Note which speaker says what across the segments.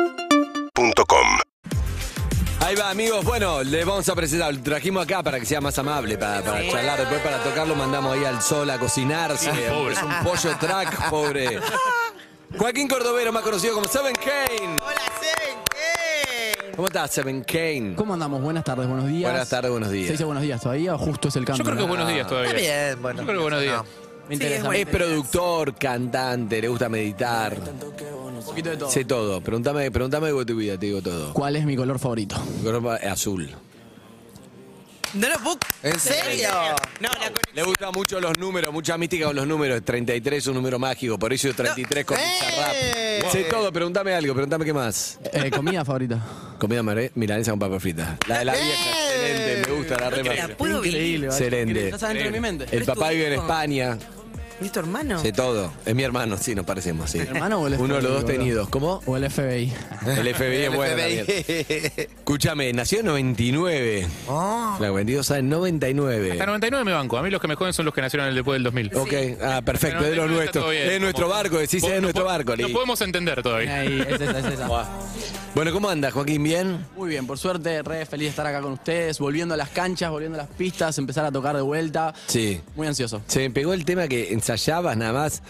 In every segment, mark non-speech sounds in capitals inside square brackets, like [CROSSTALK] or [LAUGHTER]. Speaker 1: UrbanaPlayFM.com
Speaker 2: Ahí va, amigos. Bueno, le vamos a presentar. Lo trajimos acá para que sea más amable, para, para charlar. Después, para tocarlo, mandamos ahí al sol a cocinarse. Es un pollo track, pobre. Joaquín Cordovero, más conocido como Seven Kane.
Speaker 3: Hola, Seven
Speaker 2: ¿Cómo estás, Seven Kane?
Speaker 4: ¿Cómo andamos? Buenas tardes, buenos días.
Speaker 2: Buenas tardes, buenos días.
Speaker 4: ¿Se dice buenos días todavía o justo es el cambio?
Speaker 5: Yo creo que buenos días todavía.
Speaker 3: Ah, Está bien, bueno.
Speaker 5: Yo creo que buenos días.
Speaker 4: Me interesa.
Speaker 2: Es productor, cantante, le gusta meditar.
Speaker 4: un poquito de todo.
Speaker 2: Sé todo. Pregúntame, pregúntame de tu vida, te digo todo.
Speaker 4: ¿Cuál es mi color favorito?
Speaker 2: Mi color es azul.
Speaker 3: No lo puedo.
Speaker 2: ¿En
Speaker 3: serio? No, la conexión.
Speaker 2: Le gustan mucho los números, mucha mística con los números. 33 es un número mágico, por eso 33 con Bizarrap.
Speaker 3: ¡Eh!
Speaker 2: Sé todo, pregúntame algo, pregúntame qué más.
Speaker 4: Eh, ¿Comida favorita?
Speaker 2: [LAUGHS] Comida mare- milanesa con papas fritas. La de la vieja, excelente, me gusta la
Speaker 3: No te ¡Eh! la
Speaker 2: rema.
Speaker 3: puedo vivir.
Speaker 4: Increíble, ¿vale?
Speaker 2: Excelente.
Speaker 4: Increíble, No está dentro de mi mente.
Speaker 2: El papá vive en España,
Speaker 3: ¿Es tu hermano?
Speaker 2: sé todo. Es mi hermano, sí, nos parecemos, sí.
Speaker 4: ¿Hermano o el FBI?
Speaker 2: Uno de los dos
Speaker 4: boludo?
Speaker 2: tenidos, ¿cómo?
Speaker 4: O el FBI.
Speaker 2: El FBI es bueno. también. Escúchame, nació en 99.
Speaker 4: Ah.
Speaker 3: Oh.
Speaker 2: La 22 sabe, 99.
Speaker 5: Hasta 99 me banco. A mí los que me joden son los que nacieron el después del 2000.
Speaker 2: Ok, ah, perfecto,
Speaker 5: Pero
Speaker 2: es de lo
Speaker 5: 99 está
Speaker 2: nuestro.
Speaker 5: todo bien,
Speaker 2: Es
Speaker 5: como-
Speaker 2: nuestro barco, decís,
Speaker 5: Vos-
Speaker 2: es
Speaker 5: no
Speaker 2: nuestro
Speaker 5: po-
Speaker 2: barco.
Speaker 5: No
Speaker 2: Lee.
Speaker 5: podemos entender todavía.
Speaker 4: Ahí, es esa, es esa.
Speaker 2: Bueno, ¿cómo andas, Joaquín? ¿Bien?
Speaker 4: Muy bien, por suerte, re feliz de estar acá con ustedes, volviendo a las canchas, volviendo a las pistas, empezar a tocar de vuelta.
Speaker 2: Sí.
Speaker 4: Muy ansioso.
Speaker 2: Se me pegó el tema que ensayabas nada más.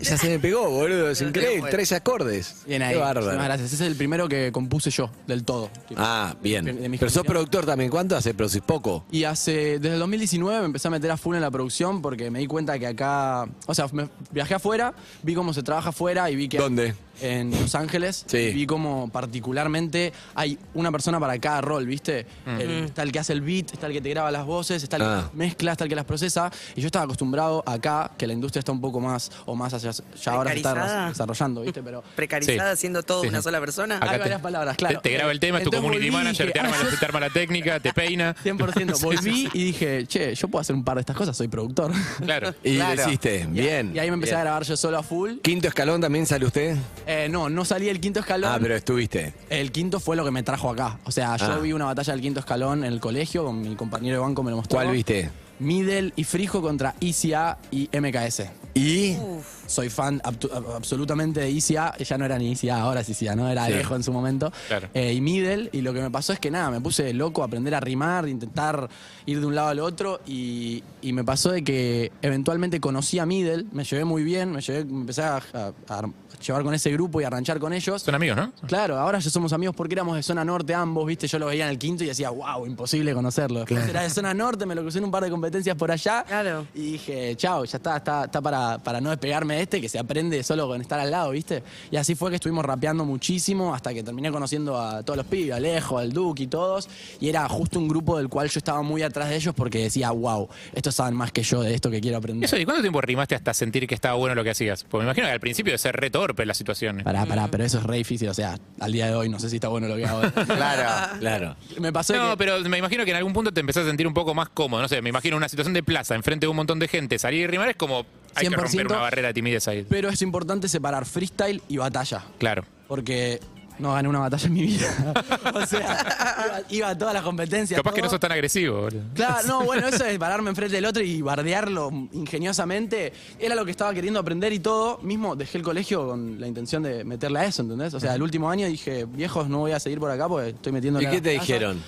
Speaker 2: Ya se me pegó, boludo. Es increíble. Tres acordes.
Speaker 4: Bien ahí.
Speaker 2: Qué
Speaker 4: Muchísimas
Speaker 2: bárbaro.
Speaker 4: gracias. Ese es el primero que compuse yo, del todo. tipo.
Speaker 2: Ah,
Speaker 4: De mis
Speaker 2: bien. Pero sos
Speaker 4: canciones.
Speaker 2: productor también. ¿Cuánto hace? Pero si poco.
Speaker 4: Y hace, desde el 2019 me empecé a meter a full en la producción porque me di cuenta que acá, o sea, me- viajé afuera, vi cómo se trabaja afuera y vi que...
Speaker 2: ¿Dónde?
Speaker 4: En Los Ángeles.
Speaker 2: Sí.
Speaker 4: Y Vi cómo particularmente hay una persona para cada rol, ¿viste? El- está el que hace el beat, está el que te graba las voces, está el
Speaker 2: Ah.
Speaker 4: que mezcla, está el que las procesa. Y yo estaba acostumbrado acá, que la industria está un poco más, o más hacia, ya ahora se
Speaker 3: Precarizada.
Speaker 4: está desarrollando, ¿viste?
Speaker 5: [LAUGHS]
Speaker 4: Pero...
Speaker 3: Precarizada siendo todo una sola persona.
Speaker 4: hay
Speaker 2: te-
Speaker 4: varias palabras,
Speaker 5: Te-
Speaker 4: claro.
Speaker 5: Te graba el tema, es tu
Speaker 4: Entonces
Speaker 5: community
Speaker 4: volví y
Speaker 5: manager,
Speaker 4: dije,
Speaker 5: te arma,
Speaker 4: "Ah, yo [LAUGHS]
Speaker 5: la, te arma la técnica, te peina.
Speaker 4: 100%.
Speaker 5: Sí, sí,
Speaker 4: Volví
Speaker 5: sí.
Speaker 4: y dije, che, yo puedo hacer un par de estas cosas, soy productor.
Speaker 5: Claro.
Speaker 2: Y
Speaker 3: Claro.
Speaker 2: lo hiciste. Bien.
Speaker 4: Y ahí me empecé
Speaker 2: Bien.
Speaker 4: a grabar yo solo a full.
Speaker 2: ¿Quinto escalón también sale usted?
Speaker 4: Eh, no, no salí el quinto escalón.
Speaker 2: Ah, pero estuviste.
Speaker 4: El quinto fue lo que me trajo acá. O sea, yo
Speaker 2: Ah.
Speaker 4: vi una batalla del quinto escalón en el colegio, con mi compañero de banco me lo mostró.
Speaker 2: ¿Cuál viste?
Speaker 4: Middle y Frijo contra ICA y MKS.
Speaker 2: ¿Y?
Speaker 3: Uf.
Speaker 4: Soy fan abtu- ab- absolutamente de E ICA. Ya no era ni ICA, ahora es ICA, ¿no? Era
Speaker 2: Sí.
Speaker 4: Alejo en su momento.
Speaker 5: Claro.
Speaker 4: Eh, y Middle. Y lo que me pasó es que nada, me puse loco a aprender a rimar, intentar ir de un lado al otro. Y, y me pasó de que eventualmente conocí a Middle, me llevé muy bien, me, llevé, me empecé a, a- a llevar con ese grupo y a ranchar con ellos.
Speaker 5: Son amigos, ¿no?
Speaker 4: Claro, ahora ya somos amigos porque éramos de zona norte ambos, ¿viste? Yo lo veía en el quinto y decía, wow, imposible conocerlo. Después era de zona norte, me lo crucé en un par de competencias por allá.
Speaker 3: Claro.
Speaker 4: Y dije, chao, ya está, está, está para, para no despegarme de este, que se aprende solo con estar al lado, ¿viste? Y así fue que estuvimos rapeando muchísimo hasta que terminé conociendo a todos los pibes, a Alejo, al Duque y todos. Y era justo un grupo del cual yo estaba muy atrás de ellos porque decía, wow, estos saben más que yo de esto que quiero aprender.
Speaker 5: Eso, ¿y cuánto tiempo rimaste hasta sentir que estaba bueno lo que hacías? Porque me imagino que al principio de ser re torpe la situación. ¿eh?
Speaker 4: Pará,
Speaker 2: Mm.
Speaker 4: pará, pero eso es re difícil, o sea, al día de hoy no sé si está bueno lo que hago. [LAUGHS]
Speaker 2: Claro. Claro.
Speaker 4: Me pasó de que-
Speaker 5: No, pero me imagino que en algún punto te empezás a sentir un poco más cómodo. No sé, me imagino una situación de plaza, enfrente de un montón de gente. Salir y rimar es como. Hay que romper
Speaker 4: 100%.
Speaker 5: una barrera de timidez ahí.
Speaker 4: Pero es importante separar freestyle y batalla.
Speaker 5: Claro.
Speaker 4: Porque no gané una batalla en mi vida. [LAUGHS] o sea, iba, iba a todas las competencias.
Speaker 5: Capaz que no
Speaker 4: todo.
Speaker 5: sos tan agresivo, boludo.
Speaker 4: Claro, no,
Speaker 5: [LAUGHS]
Speaker 4: bueno, eso es pararme enfrente del otro y bardearlo ingeniosamente. Era lo que estaba queriendo aprender y todo. Mismo dejé el colegio con la intención de meterla a eso, ¿entendés? O sea, el último año dije, viejos, no voy a seguir por acá porque estoy metiendo.
Speaker 2: ¿Y qué te dijeron?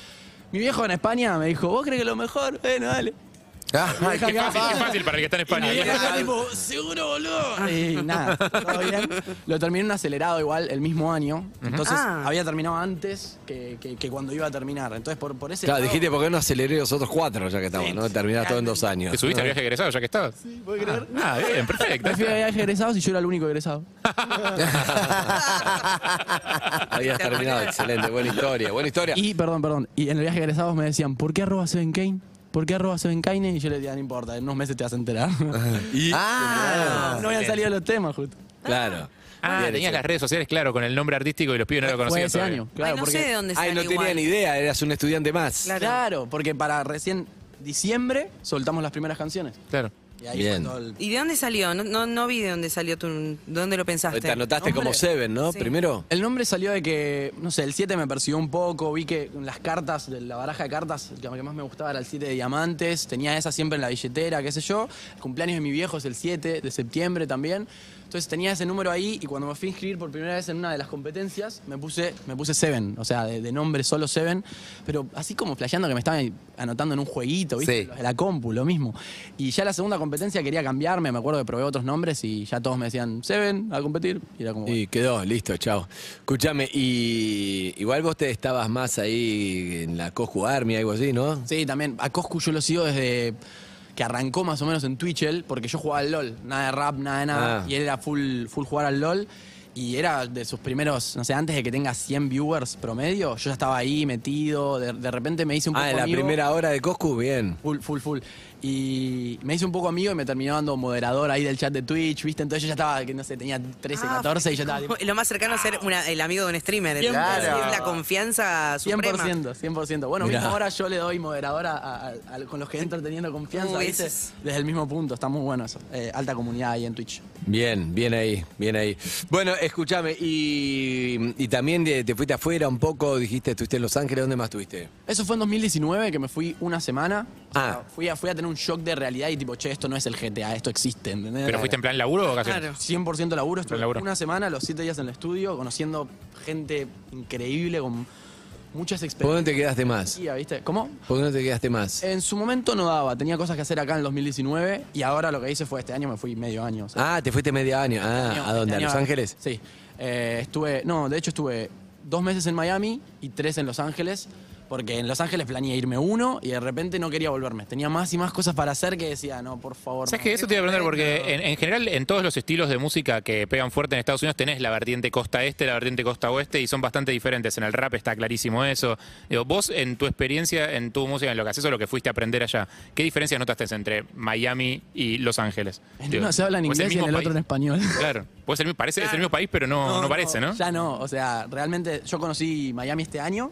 Speaker 4: Mi viejo en España me dijo, ¿vos crees que lo mejor? Bueno, dale.
Speaker 2: Ah,
Speaker 5: Qué fácil, qué fácil para el que está en España.
Speaker 4: Y acá, tipo, seguro, boludo. Y Ah, nada, todo bien. Lo terminé en un acelerado igual el mismo año. Entonces
Speaker 3: Ah.
Speaker 4: había terminado antes que, que- que cuando iba a terminar. Entonces por, por ese
Speaker 2: Claro,
Speaker 4: lado-
Speaker 2: dijiste, ¿por qué no aceleré los otros cuatro ya que estamos? ¿no? Terminás todo en dos años.
Speaker 5: ¿Te subiste al viaje egresado ya que estabas? Sí, puedo creer. Ah, bien, perfecto.
Speaker 4: Me fui a viaje egresados y yo era el único egresado.
Speaker 2: [LAUGHS] Habías terminado, excelente, buena historia, buena historia.
Speaker 4: Y, perdón, perdón. Y en el viaje egresados me decían, ¿por qué arroba Seven Kane? ¿Por qué arroba Seven Kane? Y yo le decía, no importa, en unos meses te vas a enterar.
Speaker 2: Y-
Speaker 4: Ah. [LAUGHS] no habían salido los temas, justo.
Speaker 2: Claro. Bien,
Speaker 5: Ah, tenías
Speaker 2: excelente.
Speaker 5: las redes sociales, claro, con el nombre artístico y los pibes no lo
Speaker 4: Fue
Speaker 5: conocían.
Speaker 4: ese
Speaker 5: todavía.
Speaker 4: año. Claro,
Speaker 3: Ay, no
Speaker 4: porque
Speaker 3: sé de dónde
Speaker 2: Ay,
Speaker 3: salen
Speaker 2: no tenía
Speaker 3: igual.
Speaker 2: ni idea, eras un estudiante más.
Speaker 3: Claro.
Speaker 4: Claro, porque para recién diciembre soltamos las primeras canciones.
Speaker 5: Claro.
Speaker 4: Y ahí
Speaker 2: Bien.
Speaker 4: fue todo el-
Speaker 3: ¿Y de dónde salió? No, no, no vi de dónde salió tu... ¿de ¿Dónde lo pensaste?
Speaker 2: Te anotaste como
Speaker 4: Nombre.
Speaker 2: Seven, ¿no?
Speaker 3: Sí.
Speaker 2: Primero.
Speaker 4: El nombre salió de que, no sé, el 7 me persiguió un poco, vi que en las cartas, de la baraja de cartas, el que más me gustaba era el 7 de diamantes, tenía esa siempre en la billetera, qué sé yo. El cumpleaños de mi viejo es el 7 de septiembre también. Entonces tenía ese número ahí y cuando me fui a inscribir por primera vez en una de las competencias, me puse, me puse Seven, o sea, de, de nombre solo Seven, pero así como flasheando que me estaban anotando en un jueguito, ¿viste?
Speaker 2: Sí.
Speaker 4: Los de la compu, lo mismo. Y ya la segunda competencia quería cambiarme, me acuerdo que probé otros nombres y ya todos me decían Seven a competir y era como...
Speaker 2: Y quedó, listo, chao. Escúchame, y igual vos te estabas más ahí en la Coscu Army, algo así, ¿no?
Speaker 4: Sí, también. A Coscu yo lo sigo desde que arrancó más o menos en Twitchell, porque yo jugaba al LOL. Nada de rap, nada de nada.
Speaker 2: Ah.
Speaker 4: Y él era full, full jugar al LOL. Y era de sus primeros, no sé, antes de que tenga 100 viewers promedio, yo ya estaba ahí metido. De, de repente me hice un poco
Speaker 2: Ah, en la
Speaker 4: amigo.
Speaker 2: primera hora de Coscu, bien.
Speaker 4: Full, full, full. Y me hice un poco amigo y me terminó dando moderador ahí del chat de Twitch, ¿viste? Entonces yo ya estaba, que no sé, tenía 13, 14 y yo
Speaker 3: [LAUGHS]
Speaker 4: estaba tipo,
Speaker 3: Ah, Lo más cercano es ser una- el amigo de un streamer. ¿entendés?
Speaker 1: Claro.
Speaker 3: Es la confianza suprema.
Speaker 4: 100%, 100%. Bueno,
Speaker 2: Mirá.
Speaker 4: mismo ahora yo le doy moderadora a- a- a- con los que entro teniendo confianza,
Speaker 3: Uy,
Speaker 4: ¿viste?
Speaker 3: ese es-
Speaker 4: Desde el mismo punto, está muy bueno eso. Eh, alta comunidad ahí en Twitch.
Speaker 2: Bien, bien ahí, bien ahí. Bueno, escúchame, y, y también de- te fuiste afuera un poco, dijiste, estuviste en Los Ángeles, ¿dónde más estuviste?
Speaker 4: Eso fue en 2019, que me fui una semana. O sea,
Speaker 2: Ah.
Speaker 4: fui, a, fui a tener un shock de realidad y tipo, che, esto no es el GTA, esto existe, ¿entendés?
Speaker 5: ¿Pero fuiste en plan laburo o vacaciones?
Speaker 3: Claro.
Speaker 4: 100% laburo, estuve
Speaker 5: laburo.
Speaker 4: una semana, los siete días en el estudio, conociendo gente increíble, con muchas
Speaker 2: ¿Por dónde
Speaker 4: experiencias,
Speaker 2: te quedaste más?
Speaker 4: ¿viste? ¿Cómo?
Speaker 2: ¿Por dónde te quedaste más?
Speaker 4: En su momento no daba, tenía cosas que hacer acá en el 2019 y ahora lo que hice fue este año me fui medio año. o sea,
Speaker 2: Ah, te fuiste medio año.
Speaker 4: año,
Speaker 2: Ah, ¿a dónde? ¿A
Speaker 4: este
Speaker 2: Los
Speaker 4: año-
Speaker 2: Ángeles?
Speaker 4: Sí. Eh, estuve, no, de hecho estuve dos meses en Miami y tres en Los Ángeles, porque en Los Ángeles planeé irme uno y de repente no quería volverme. Tenía más y más cosas para hacer que decía, no, por favor.
Speaker 5: ¿Sabes
Speaker 4: no.
Speaker 5: que Eso te iba a preguntar, porque en, en general en todos los estilos de música que pegan fuerte en Estados Unidos tenés la vertiente costa este, la vertiente costa oeste y son bastante diferentes. En el rap está clarísimo eso. Digo, vos en tu experiencia, en tu música, en lo que haces o lo que fuiste a aprender allá, ¿qué diferencias notaste entre Miami y Los Ángeles?
Speaker 4: En
Speaker 5: Digo,
Speaker 4: uno se habla en
Speaker 5: o es
Speaker 4: inglés y en
Speaker 5: mismo
Speaker 4: el otro en
Speaker 5: país.
Speaker 4: español.
Speaker 5: [LAUGHS] Claro, puede ser el mismo- parece, es el mismo país, pero no, no parece, ¿no?
Speaker 4: Ya no, o sea, realmente yo conocí Miami este año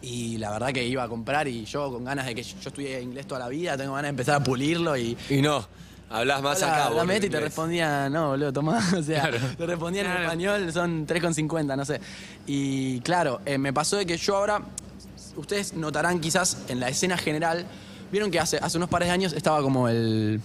Speaker 4: y la verdad que iba a comprar y yo con ganas de que yo estudié inglés toda la vida, tengo ganas de empezar a pulirlo y...
Speaker 2: Y no, hablas más
Speaker 4: Hola,
Speaker 2: acá.
Speaker 4: la
Speaker 2: vos,
Speaker 4: meta y te
Speaker 2: inglés.
Speaker 4: respondía, no, boludo, tomá. [LAUGHS] O sea,
Speaker 5: Claro.
Speaker 4: te respondía en
Speaker 3: Claro.
Speaker 4: español, son 3,50, no sé. Y claro, eh, me pasó de que yo ahora, ustedes notarán quizás en la escena general, vieron que hace, hace unos pares de años estaba como el,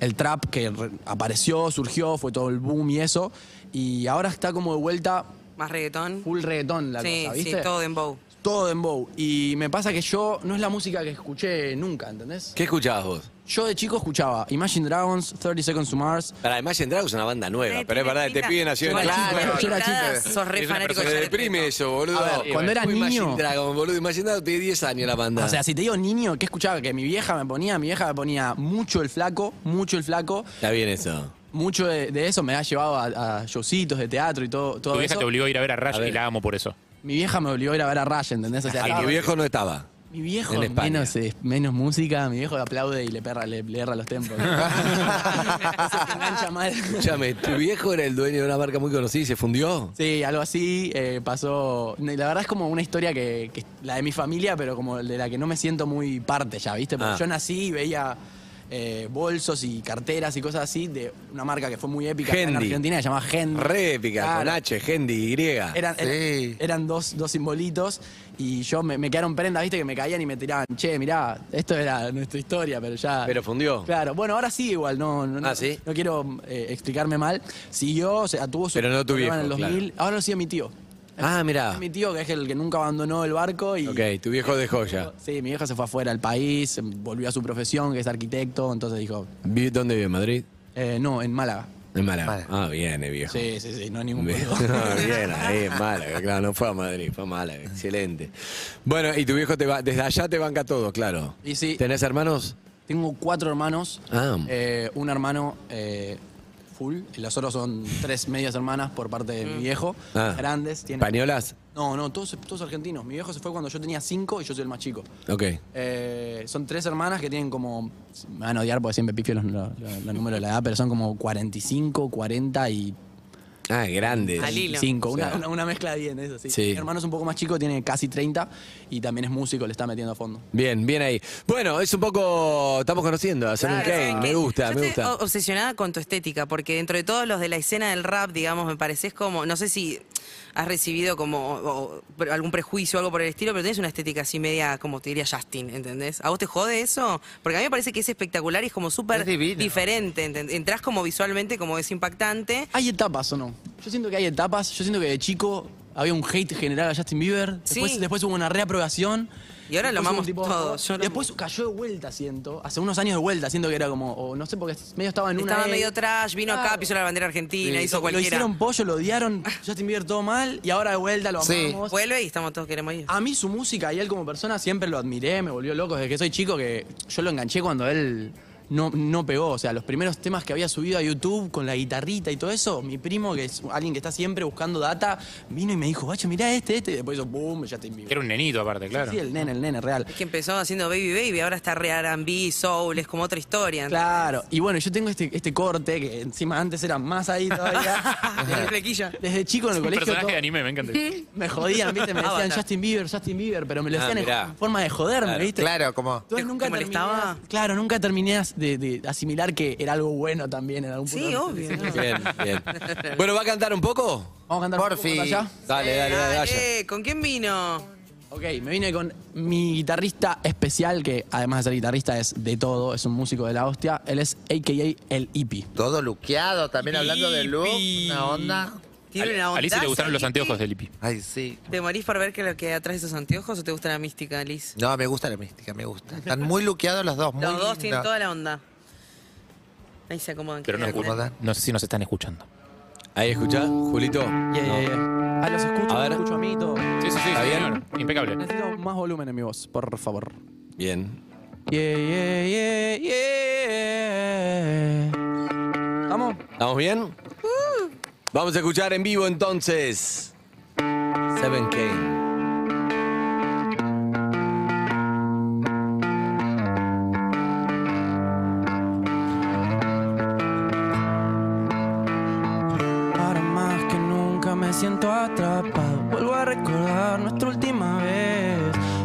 Speaker 4: el trap que re- apareció, surgió, fue todo el boom y eso. Y ahora está como de vuelta
Speaker 3: Más reggaetón.
Speaker 4: full reggaetón la
Speaker 3: sí,
Speaker 4: cosa,
Speaker 3: sí,
Speaker 4: ¿viste?
Speaker 3: todo en bow.
Speaker 4: Todo en bow. Y me pasa que yo no es la música que escuché nunca, ¿entendés?
Speaker 2: ¿Qué escuchabas vos?
Speaker 4: Yo de chico escuchaba Imagine Dragons, 30 Seconds to Mars,
Speaker 2: Para Imagine Dragons es una banda nueva,
Speaker 3: Eh,
Speaker 2: pero es
Speaker 3: tiene
Speaker 2: verdad, este
Speaker 3: pinta-
Speaker 2: pibe nació en
Speaker 4: Yo era
Speaker 2: Claro,
Speaker 4: chico, yo era
Speaker 3: Pintadas,
Speaker 4: chico.
Speaker 3: Sos re
Speaker 5: Es una
Speaker 3: fanático
Speaker 5: persona
Speaker 2: Me
Speaker 5: de
Speaker 3: de
Speaker 2: deprime
Speaker 3: Jared Leto.
Speaker 2: eso, boludo.
Speaker 4: A ver, cuando era
Speaker 2: Fue Imagine
Speaker 4: niño-
Speaker 2: Dragon, boludo. Imagine Dragon tenía 10 años la banda.
Speaker 4: O sea, si te digo niño, ¿qué escuchaba? Que mi vieja me ponía, mi vieja me ponía mucho el flaco, mucho el flaco.
Speaker 2: Está bien eso.
Speaker 4: Mucho de, de eso me ha llevado a, a showcitos de teatro y todo, todo
Speaker 5: Tu vieja
Speaker 4: eso.
Speaker 5: te obligó a ir a ver a Rush
Speaker 2: A ver.
Speaker 5: y la amo por eso.
Speaker 4: Mi vieja me obligó a ir a ver a Raya, ¿entendés? O sea,
Speaker 2: Y
Speaker 4: estaba-
Speaker 2: mi viejo no estaba.
Speaker 4: mi viejo
Speaker 2: en España.
Speaker 4: menos, eh, menos música, mi viejo aplaude y le perra, le, le erra los tempos. [LAUGHS] Se engancha mal.
Speaker 2: Escúchame, tu viejo era el dueño de una marca muy conocida y se fundió.
Speaker 4: Sí, algo así eh, pasó. La verdad es como una historia que, que- la de mi familia, pero como de la que no me siento muy parte ya, ¿viste? Porque
Speaker 2: Ah.
Speaker 4: yo nací y veía eh, bolsos y carteras y cosas así de una marca que fue muy épica acá en
Speaker 2: Hendy.
Speaker 4: Argentina, que se llamaba Hendy.
Speaker 2: Re épica, con
Speaker 4: Claro.
Speaker 2: H, Hendy, Y.
Speaker 4: Eran, eran-
Speaker 1: Sí.
Speaker 4: eran dos, dos simbolitos y yo me, me quedaron prendas, viste, que me caían y me tiraban, che, mirá, esto era nuestra historia, pero ya.
Speaker 2: Pero fundió.
Speaker 4: Claro, bueno, ahora sí igual, no, no,
Speaker 2: Oh. Ah,
Speaker 4: no-
Speaker 2: ¿sí?
Speaker 4: no quiero eh, explicarme mal. Siguió, o sea, tuvo su
Speaker 2: Pero no tu
Speaker 4: problema en el
Speaker 2: viejo,
Speaker 4: 2000. Ahora lo sigue mi tío.
Speaker 2: Ah, mirá.
Speaker 4: Es mi tío, que es el que nunca abandonó el barco y...
Speaker 2: Ok, tu viejo dejó ya.
Speaker 4: Sí, mi vieja se fue afuera del país, em, volvió a su profesión, que es arquitecto, entonces dijo,
Speaker 2: ¿Vi- ¿Dónde vive? ¿En ¿Madrid?
Speaker 4: eh, no, en Málaga.
Speaker 2: En Málaga. Ah, bien, eh, viejo.
Speaker 4: Sí, sí, sí, no hay ningún
Speaker 2: Bien,
Speaker 4: problema.
Speaker 2: [LAUGHS] Ah, bien, ahí en Málaga, claro, no fue a Madrid, fue a Málaga, excelente. Bueno, y tu viejo te va, desde allá te banca todo, claro.
Speaker 4: Y sí.
Speaker 2: ¿Tenés hermanos?
Speaker 4: Tengo cuatro hermanos,
Speaker 2: Ah.
Speaker 4: eh, un hermano eh, full, y los otros son tres medias hermanas por parte de mi viejo,
Speaker 2: Ah.
Speaker 4: grandes. tienen-
Speaker 2: ¿Españolas?
Speaker 4: No, no, todos, todos argentinos. Mi viejo se fue cuando yo tenía cinco y yo soy el más chico.
Speaker 2: Ok.
Speaker 4: Eh, son tres hermanas que tienen como. Me van a odiar porque siempre pifio los, los- los números de la edad, pero son como 45, 40 y
Speaker 2: Ah, grandes.
Speaker 3: Al hilo.
Speaker 4: 5. Una,
Speaker 2: O sea.
Speaker 4: una- una mezcla bien, eso sí.
Speaker 2: Sí.
Speaker 4: Mi hermano es un poco más chico, tiene casi 30 y también es músico, le está metiendo a fondo.
Speaker 2: Bien, bien ahí. Bueno, es un poco. Estamos conociendo, hacer un
Speaker 3: Claro,
Speaker 2: game.
Speaker 3: ¿sabes
Speaker 2: Me
Speaker 3: qué?
Speaker 2: gusta,
Speaker 3: Yo
Speaker 2: me
Speaker 3: estoy
Speaker 2: gusta.
Speaker 3: o- obsesionada con tu estética, porque dentro de todos los de la escena del rap, digamos, me pareces como, no sé si has recibido como o- o pre- algún prejuicio o algo por el estilo, pero tenés una estética así media, como te diría Justin, ¿entendés? ¿A vos te jode eso? Porque a mí me parece que es espectacular y es como súper
Speaker 1: Es divino.
Speaker 3: diferente, ¿entendés? Entrás como visualmente, como es impactante.
Speaker 4: ¿Hay etapas o no? Yo siento que hay etapas. Yo siento que de chico había un hate general a Justin Bieber. Después,
Speaker 3: Sí.
Speaker 4: después hubo una reaprobación.
Speaker 3: Y ahora
Speaker 4: Después
Speaker 3: lo
Speaker 4: hubo
Speaker 3: amamos
Speaker 4: un
Speaker 3: todos, yo lo
Speaker 4: y después cayó de vuelta, siento. Hace unos años de vuelta, siento que era como. o no sé, porque medio estaba en una.
Speaker 3: Estaba
Speaker 4: E.
Speaker 3: medio trash, vino acá,
Speaker 4: Claro.
Speaker 3: pisó la bandera argentina,
Speaker 4: Sí.
Speaker 3: hizo
Speaker 4: Eh, Lo
Speaker 3: cualquiera.
Speaker 4: hicieron pollo, lo odiaron. Justin Bieber todo mal. Y ahora de vuelta lo
Speaker 1: Sí.
Speaker 4: amamos.
Speaker 3: Vuelve y estamos todos queremos ir.
Speaker 4: A mí su música y él como persona siempre lo admiré, me volvió loco desde que soy chico, que yo lo enganché cuando él no, no pegó. O sea, los primeros temas que había subido a YouTube con la guitarrita y todo eso, mi primo, que es alguien que está siempre buscando data, vino y me dijo, guacho, mirá este, este, y después yo, boom, ya te invito.
Speaker 5: Era un nenito aparte, claro.
Speaker 4: Sí, el nene, el nene, real.
Speaker 3: Es que empezó haciendo Baby Baby, ahora está re R&B, Soul, es como otra historia. ¿entendés?
Speaker 4: Claro, y bueno, yo tengo este, este corte, que encima antes era más ahí todavía.
Speaker 3: Ah, Tiene flequilla.
Speaker 4: Desde chico en el
Speaker 5: Un
Speaker 4: colegio...
Speaker 5: personaje
Speaker 4: todo-
Speaker 5: de anime, me encanta.
Speaker 4: Me jodían, ¿viste? Me decían
Speaker 3: Avatar.
Speaker 4: Justin Bieber, Justin Bieber, pero me lo
Speaker 2: Ah,
Speaker 4: decían
Speaker 2: mirá.
Speaker 4: en forma de joderme, ¿viste?
Speaker 1: Claro, como.
Speaker 4: Entonces
Speaker 3: ¿Te-
Speaker 4: nunca
Speaker 3: te molestaba?
Speaker 4: terminé- Claro, nunca terminé as- de, de asimilar que era algo bueno también en algún punto.
Speaker 3: Sí, Ah, obvio. ¿no?
Speaker 2: Bien, bien. Bueno, ¿va a cantar un poco?
Speaker 4: Vamos a cantar un poco
Speaker 1: Porfi.
Speaker 4: para allá.
Speaker 2: Dale, dale, dale,
Speaker 3: Dale,
Speaker 2: vaya.
Speaker 3: eh, ¿Con quién vino?
Speaker 4: Ok, me vine con mi guitarrista especial, que además de ser guitarrista es de todo, es un músico de la hostia. Él es a.k.a. el hippie.
Speaker 1: Todo luqueado, también hablando de look. Una onda.
Speaker 3: ¿Tiene una
Speaker 5: A
Speaker 3: onda?
Speaker 5: Alicia le gustaron los anteojos del Lipi.
Speaker 1: Ay, sí.
Speaker 3: ¿Te morís por ver que lo que hay atrás de esos anteojos o te gusta la mística, Liz?
Speaker 1: No, me gusta la mística, me gusta. Están muy luqueados los dos, muy
Speaker 3: Los dos tienen
Speaker 1: lindos.
Speaker 3: toda la onda. Ahí se acomodan.
Speaker 5: Pero no,
Speaker 1: Se
Speaker 3: creo, ¿eh?
Speaker 1: acomodan.
Speaker 5: No sé si nos están escuchando.
Speaker 2: Ahí escuchá, Julito.
Speaker 4: Yeah, yeah, yeah. Ah, los escucho,
Speaker 2: A
Speaker 4: los
Speaker 2: ver.
Speaker 4: escucho a mí y todo.
Speaker 5: Sí, sí, sí,
Speaker 2: ¿Está bien?
Speaker 5: señor. Impecable.
Speaker 4: Necesito más volumen en mi voz, por favor.
Speaker 2: Bien.
Speaker 4: Yeah, yeah, yeah, yeah. ¿Vamos?
Speaker 2: ¿Estamos bien? Vamos a escuchar en vivo entonces. Seven Kane.
Speaker 4: Ahora más que nunca me siento atrapado. Vuelvo a recordar nuestra última vez.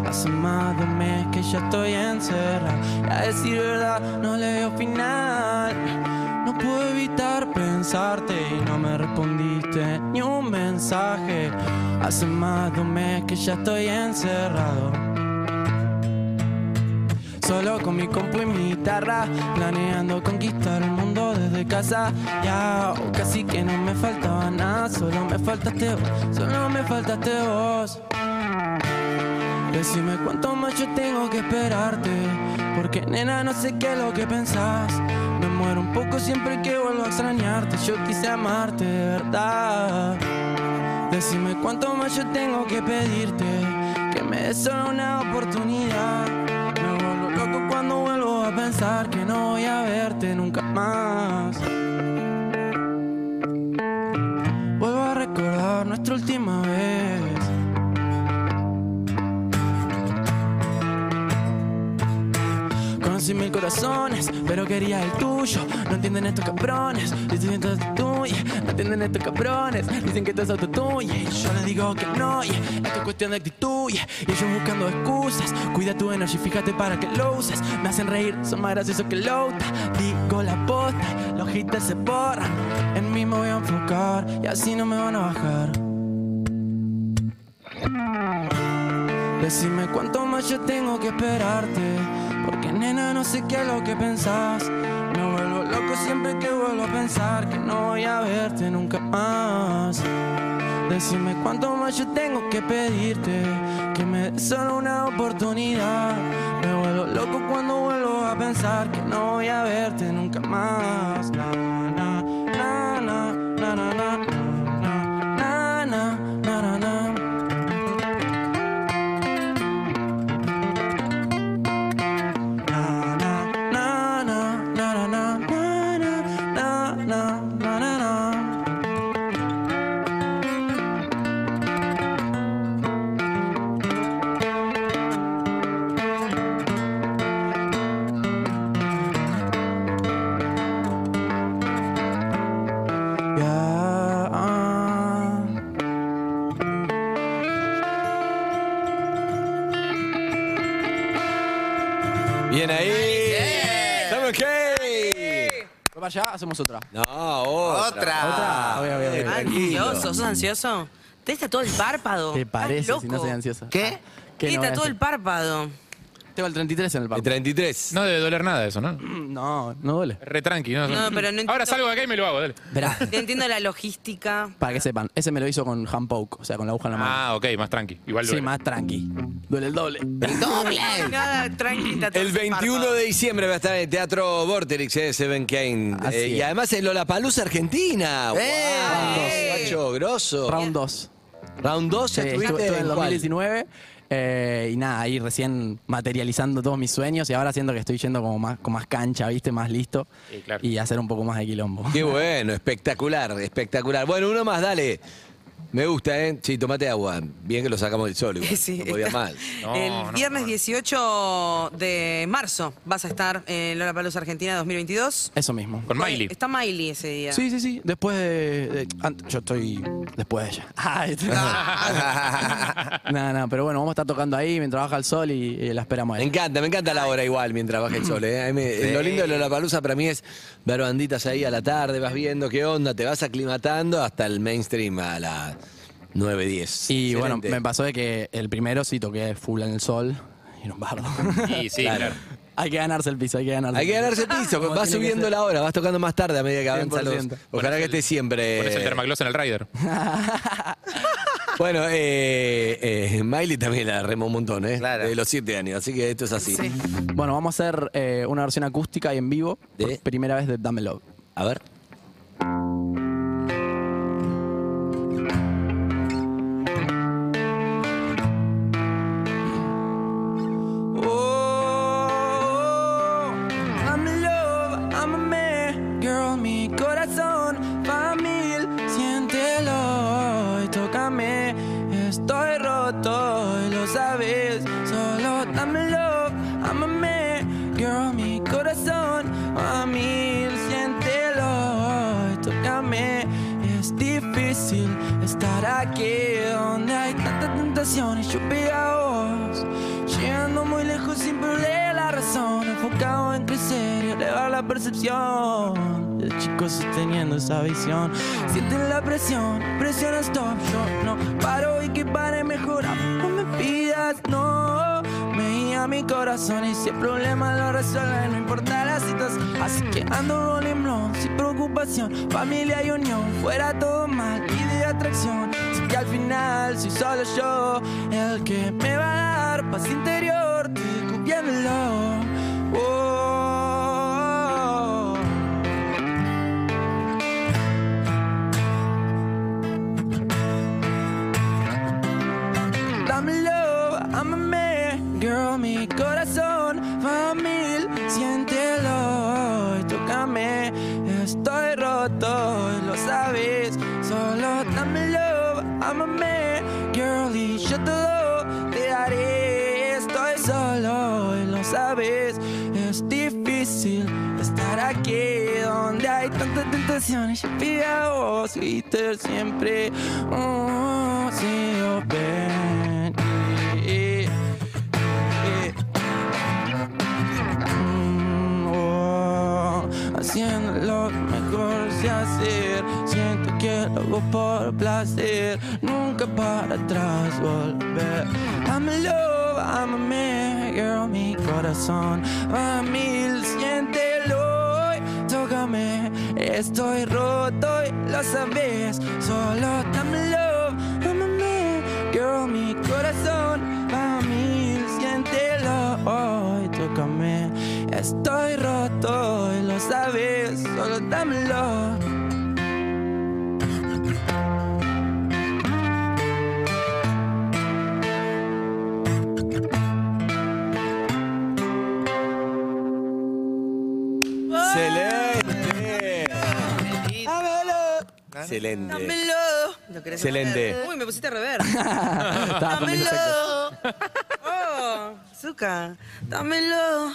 Speaker 4: Hace más de un mes que ya estoy encerrado. Y a decir verdad, no le veo final. No puedo evitar pensarte y no me respondiste ni un mensaje. Hace más de un mes que ya estoy encerrado. Solo con mi compu y mi guitarra Planeando conquistar el mundo desde casa Ya, oh, casi que no me faltaba nada Solo me faltaste vos, solo me faltaste vos Decime cuánto más yo tengo que esperarte Porque nena no sé qué es lo que pensás Me muero un poco siempre que vuelvo a extrañarte Yo quise amarte de verdad Decime cuánto más yo tengo que pedirte Que me des solo una oportunidad Me vuelvo loco cuando vuelvo a pensar Que no voy a verte nunca más Vuelvo a recordar nuestra última vez Conocí mil corazones, pero quería el tuyo. No entienden estos cabrones, dicen que todo es tuyo. No entienden estos cabrones, dicen que todo es auto tuyo. Y yo les digo que no, y esto es cuestión de actitud. yeah. Y ellos buscando excusas, cuida tu energía, fíjate para que lo uses. Me hacen reír, son más graciosos que Louta. Digo la posta, los haters se borran. En mí me voy a enfocar, y así no me van a bajar. Decime cuánto más yo tengo que esperarte. Porque nena, no sé qué es lo que pensás. Me vuelvo loco siempre que vuelvo a pensar que no voy a verte nunca más. Decime cuánto más yo tengo que pedirte. Que me des solo una oportunidad. Me vuelvo loco cuando vuelvo a pensar que no voy a verte nunca más. Na, na, na, na, na, na, na, na, na, na, na, na, na. ah. Yeah.
Speaker 2: Bien ahí. Seven Kane.
Speaker 4: Vamos allá, hacemos otra.
Speaker 2: No, otra.
Speaker 1: Otra.
Speaker 4: Otra. Obvio, obvio, obvio.
Speaker 3: Ah,
Speaker 2: Tranquilo.
Speaker 3: ansioso, ¿sos ansioso? Te está todo el párpado.
Speaker 4: ¿Te
Speaker 3: Estás
Speaker 4: parece si no
Speaker 3: loco.
Speaker 4: soy ansiosa?
Speaker 1: ¿Qué?
Speaker 4: ¿Qué
Speaker 3: Te
Speaker 4: no voy a
Speaker 3: está todo
Speaker 4: hacer?
Speaker 3: el párpado.
Speaker 4: Tengo el 33 en el
Speaker 2: El
Speaker 4: papel.
Speaker 2: 33.
Speaker 5: No debe doler nada eso, ¿no?
Speaker 4: No, no duele.
Speaker 5: Re tranqui, ¿no?
Speaker 3: No, pero
Speaker 5: Ahora
Speaker 3: no entiendo-
Speaker 5: salgo de acá y me lo hago, dale.
Speaker 4: Verá,
Speaker 3: Te entiendo
Speaker 5: [LAUGHS]
Speaker 3: la logística.
Speaker 4: para que sepan, ese me lo hizo con hand poke, o sea, con la aguja en la mano.
Speaker 5: Ah, ok, más tranqui. Igual
Speaker 4: sí,
Speaker 5: duele.
Speaker 4: más tranqui. Duele el doble.
Speaker 3: Nada, tranquila.
Speaker 2: El 21 de diciembre va a estar en el Teatro Vorterix, eh, Seven Kane.
Speaker 4: Ah, Así
Speaker 2: Eh, y
Speaker 4: es.
Speaker 2: además en Lollapalooza Argentina.
Speaker 1: ¡Eh!
Speaker 2: ¡Guau! Guacho, grosso.
Speaker 4: Round 2.
Speaker 2: Round 2
Speaker 4: Sí, estuve,
Speaker 2: estuviste
Speaker 4: estuve en
Speaker 2: en cuál?
Speaker 4: 2019 eh, y nada, ahí recién materializando todos mis sueños y ahora siento que estoy yendo como más, con más cancha, ¿viste? Más listo
Speaker 5: Sí, claro.
Speaker 4: y hacer un poco más de quilombo.
Speaker 2: Qué bueno, espectacular, espectacular. Bueno, uno más, dale. Me gusta, ¿eh? Sí, tomate agua. Bien que lo sacamos del sol. Igual.
Speaker 3: Sí,
Speaker 2: no podía
Speaker 3: está-
Speaker 2: mal.
Speaker 5: No,
Speaker 3: el
Speaker 5: no,
Speaker 3: viernes
Speaker 5: no.
Speaker 3: 18 de marzo vas a estar en Lola Palos Argentina 2022.
Speaker 4: Eso mismo.
Speaker 5: Con Miley.
Speaker 3: Está Miley ese día.
Speaker 4: Sí, sí, sí. Después de. de- ant- yo estoy después de ella. [LAUGHS] Ah,
Speaker 5: [LAUGHS]
Speaker 4: esto- no, no, pero bueno, vamos a estar tocando ahí mientras baja el sol y, y la esperamos
Speaker 2: Me
Speaker 4: ahí.
Speaker 2: encanta, me encanta la hora igual mientras baja el sol. ¿eh? A mí me- Lo lindo de Lollapalooza para mí es ver banditas ahí a la tarde, vas viendo qué onda, te vas aclimatando hasta el mainstream a las 9, 10.
Speaker 4: Y bueno,
Speaker 2: Excelente.
Speaker 4: me pasó de que el primero sí toqué full en el sol y en
Speaker 2: [LAUGHS]
Speaker 4: un bardo.
Speaker 5: Sí, sí, claro.
Speaker 4: hay que ganarse el piso, hay que ganarse
Speaker 2: Hay que ganarse el piso,
Speaker 4: Como
Speaker 2: vas
Speaker 4: tiene que
Speaker 2: subiendo
Speaker 4: ser.
Speaker 2: la hora, vas tocando más tarde a medida que avanzan los.
Speaker 4: 100%.
Speaker 2: Ojalá que esté
Speaker 5: Pones
Speaker 4: Eh,
Speaker 5: el
Speaker 2: siempre.
Speaker 5: termagloss en el rider.
Speaker 2: Bueno, eh, eh, Miley también la remó un montón, ¿eh?
Speaker 1: Claro.
Speaker 2: De los siete años, así que esto es así.
Speaker 4: Bueno, vamos a hacer eh, una versión acústica y en vivo. por
Speaker 2: ¿De?
Speaker 4: primera vez de Dame Love.
Speaker 2: A ver.
Speaker 4: Oh, I'm in love, I'm a man, girl, mi corazón, pa' mil, siéntelo y tócame, estoy roto y lo sabes, solo dame love, I'm a man, girl, mi corazón, pa' mil, siéntelo y tócame, es difícil estar aquí donde hay tanta tentación y yo pegado a vos, llegando muy lejos sin perder la razón, enfocado en crecer y elevar la percepción. El chico sosteniendo esa visión, sienten la presión, presiona stop, yo no paro y que pare mejorar, no me pidas, no. Me guía mi corazón y si el problema lo resuelve, no importa las citas. Así que ando rolling long, sin preocupación, familia y unión, fuera todo mal y de atracción. Sé que al final soy solo yo, el que me va a dar paz interior, descubriéndolo. Oh. Dame love, amame, girl, mi corazón, familia, siéntelo y tócame. Estoy roto, y lo sabes, solo dame love, amame, girl, y yo todo te daré. Estoy solo, y lo sabes, es difícil estar aquí donde hay tanta tentación y yo pido a vos y te siempre. Oh, sí, oh, ven. Eh, eh, eh. Mm, oh, Haciendo lo que mejor sé hacer Siento que lo hago por placer Nunca para atrás volver I'm in love, I'm a man Girl, mi corazón va a mil Siéntelo y tócame Estoy roto y lo sabes Solo dame love, I'm a man Girl, mi corazón va a mil Siéntelo hoy, tócame Estoy roto y lo sabes Solo dámelo
Speaker 2: ¡Excelente! ¡Dámelo! Excelente.
Speaker 3: Dámelo. ¿Lo querés
Speaker 2: Excelente.
Speaker 3: hacer? Uy, me pusiste
Speaker 4: [LAUGHS]
Speaker 3: a rever.
Speaker 4: Estaba con mis efectos.
Speaker 3: Dámelo. Oh, Zuka. Dámelo.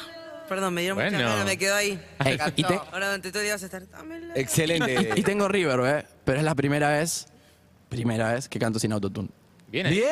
Speaker 3: Perdón, me dieron mucha
Speaker 5: Bueno.
Speaker 3: ganas, me quedó ahí.
Speaker 4: Ey, y, te-
Speaker 3: Ahora durante todo el día vas a estar. Dámelo.
Speaker 4: y
Speaker 2: Excelente.
Speaker 4: tengo River, ¿eh? Pero es la primera vez Primera vez que canto sin autotune
Speaker 5: Bien. ahí.
Speaker 2: ¡Bien!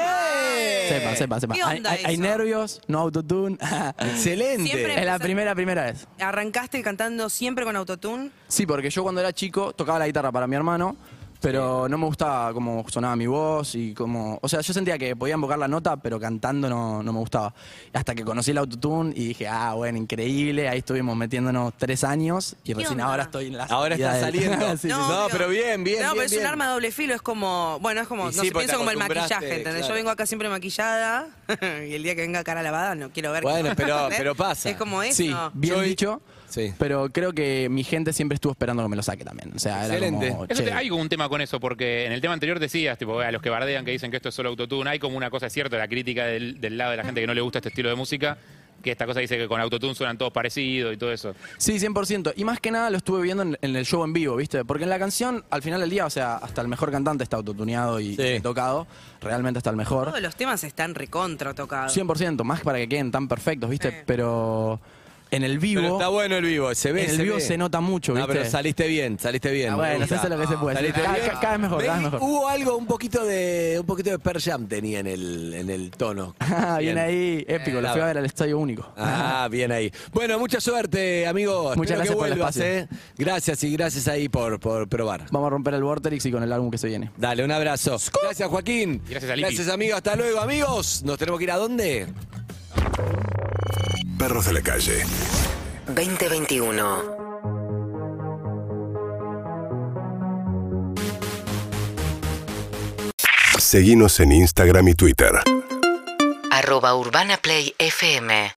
Speaker 4: Sepa, sepa, sepa
Speaker 3: ¿Qué
Speaker 4: Hay,
Speaker 3: onda
Speaker 4: hay- hay
Speaker 3: eso?
Speaker 4: nervios, no autotune [LAUGHS] Es
Speaker 2: Excelente.
Speaker 3: Siempre-
Speaker 4: la primera, primera vez
Speaker 3: ¿Arrancaste cantando siempre con autotune?
Speaker 4: Sí, porque yo cuando era chico tocaba la guitarra para mi hermano pero no me gustaba cómo sonaba mi voz y cómo... O sea, yo sentía que podía invocar la nota, pero cantando no, no me gustaba. Hasta que conocí el autotune y dije, ah, bueno, increíble, ahí estuvimos metiéndonos tres años y recién
Speaker 3: onda?
Speaker 4: ahora estoy en la
Speaker 2: Ahora
Speaker 4: salida
Speaker 2: está
Speaker 4: del-
Speaker 2: saliendo.
Speaker 4: [LAUGHS] Sí, sí,
Speaker 2: No, pero bien, bien, bien,
Speaker 3: No, pero es
Speaker 2: bien.
Speaker 3: un arma de doble filo, es como. Bueno, es como.
Speaker 2: Y
Speaker 3: no
Speaker 2: sí,
Speaker 3: sé,
Speaker 2: porque te
Speaker 3: pienso como el
Speaker 2: acostumbraste,
Speaker 3: maquillaje, ¿entendés?
Speaker 2: claro.
Speaker 3: Yo vengo acá siempre maquillada [LAUGHS] y el día que venga cara lavada no quiero ver.
Speaker 2: Bueno,
Speaker 3: que-
Speaker 2: pero-
Speaker 3: ¿entendés?
Speaker 2: pero pasa.
Speaker 3: Es [LAUGHS] como eso.
Speaker 4: Sí, bien
Speaker 2: Yo-
Speaker 4: dicho.
Speaker 2: Sí.
Speaker 4: Pero creo que mi gente siempre estuvo esperando que me lo saque también. O sea,
Speaker 2: Excelente.
Speaker 4: era como,
Speaker 5: Eso
Speaker 4: "Che".
Speaker 5: te- hay como un tema con eso, porque en el tema anterior decías, tipo, a los que bardean que dicen que esto es solo autotune, hay como una cosa cierta, la crítica del, del lado de la gente que no le gusta este estilo de música, que esta cosa dice que con autotune suenan todos parecidos y todo eso.
Speaker 4: Sí, 100%. Y más que nada lo estuve viendo en, en el show en vivo, ¿viste? Porque en la canción, al final del día, o sea, hasta el mejor cantante está autotuneado y
Speaker 2: Sí.
Speaker 4: tocado. Realmente hasta el mejor.
Speaker 3: Todos los temas están recontra tocados.
Speaker 4: 100%, más para que queden tan perfectos, ¿viste?
Speaker 3: Sí.
Speaker 4: Pero en el vivo...
Speaker 2: Pero está bueno el vivo, se ve.
Speaker 4: En el vivo
Speaker 2: ve.
Speaker 4: se nota mucho,
Speaker 2: No,
Speaker 4: ¿viste?
Speaker 2: pero saliste bien, saliste bien.
Speaker 4: Ah,
Speaker 2: me
Speaker 4: bueno,
Speaker 2: gusta.
Speaker 4: eso es lo que se puede. hacer.
Speaker 2: Saliste
Speaker 4: Cada,
Speaker 2: bien.
Speaker 4: ca- cada vez mejor, cada vez
Speaker 2: Maybe
Speaker 4: mejor.
Speaker 2: Hubo algo, un poquito de un poquito de Per Jam tenía en el, en el tono.
Speaker 4: [LAUGHS] Ah, bien ahí, épico. lo fui a ver al Estadio Único.
Speaker 2: Ah, bien ahí. Bueno, mucha suerte, amigo.
Speaker 4: Muchas
Speaker 2: Espero que
Speaker 4: gracias por el
Speaker 2: vuelvas,
Speaker 4: espacio.
Speaker 2: ¿eh? Gracias y gracias ahí por, por probar.
Speaker 4: Vamos a romper el Vorterix y con el álbum que se viene.
Speaker 2: Dale, un abrazo. Gracias, Joaquín.
Speaker 5: Gracias, Alipi.
Speaker 2: Gracias, amigo. Hasta luego, amigos. ¿Nos tenemos que ir a dónde?
Speaker 6: Perros de la calle.
Speaker 7: 2021.
Speaker 6: Seguimos en Instagram y Twitter.
Speaker 7: Arroba Urbana Play FM.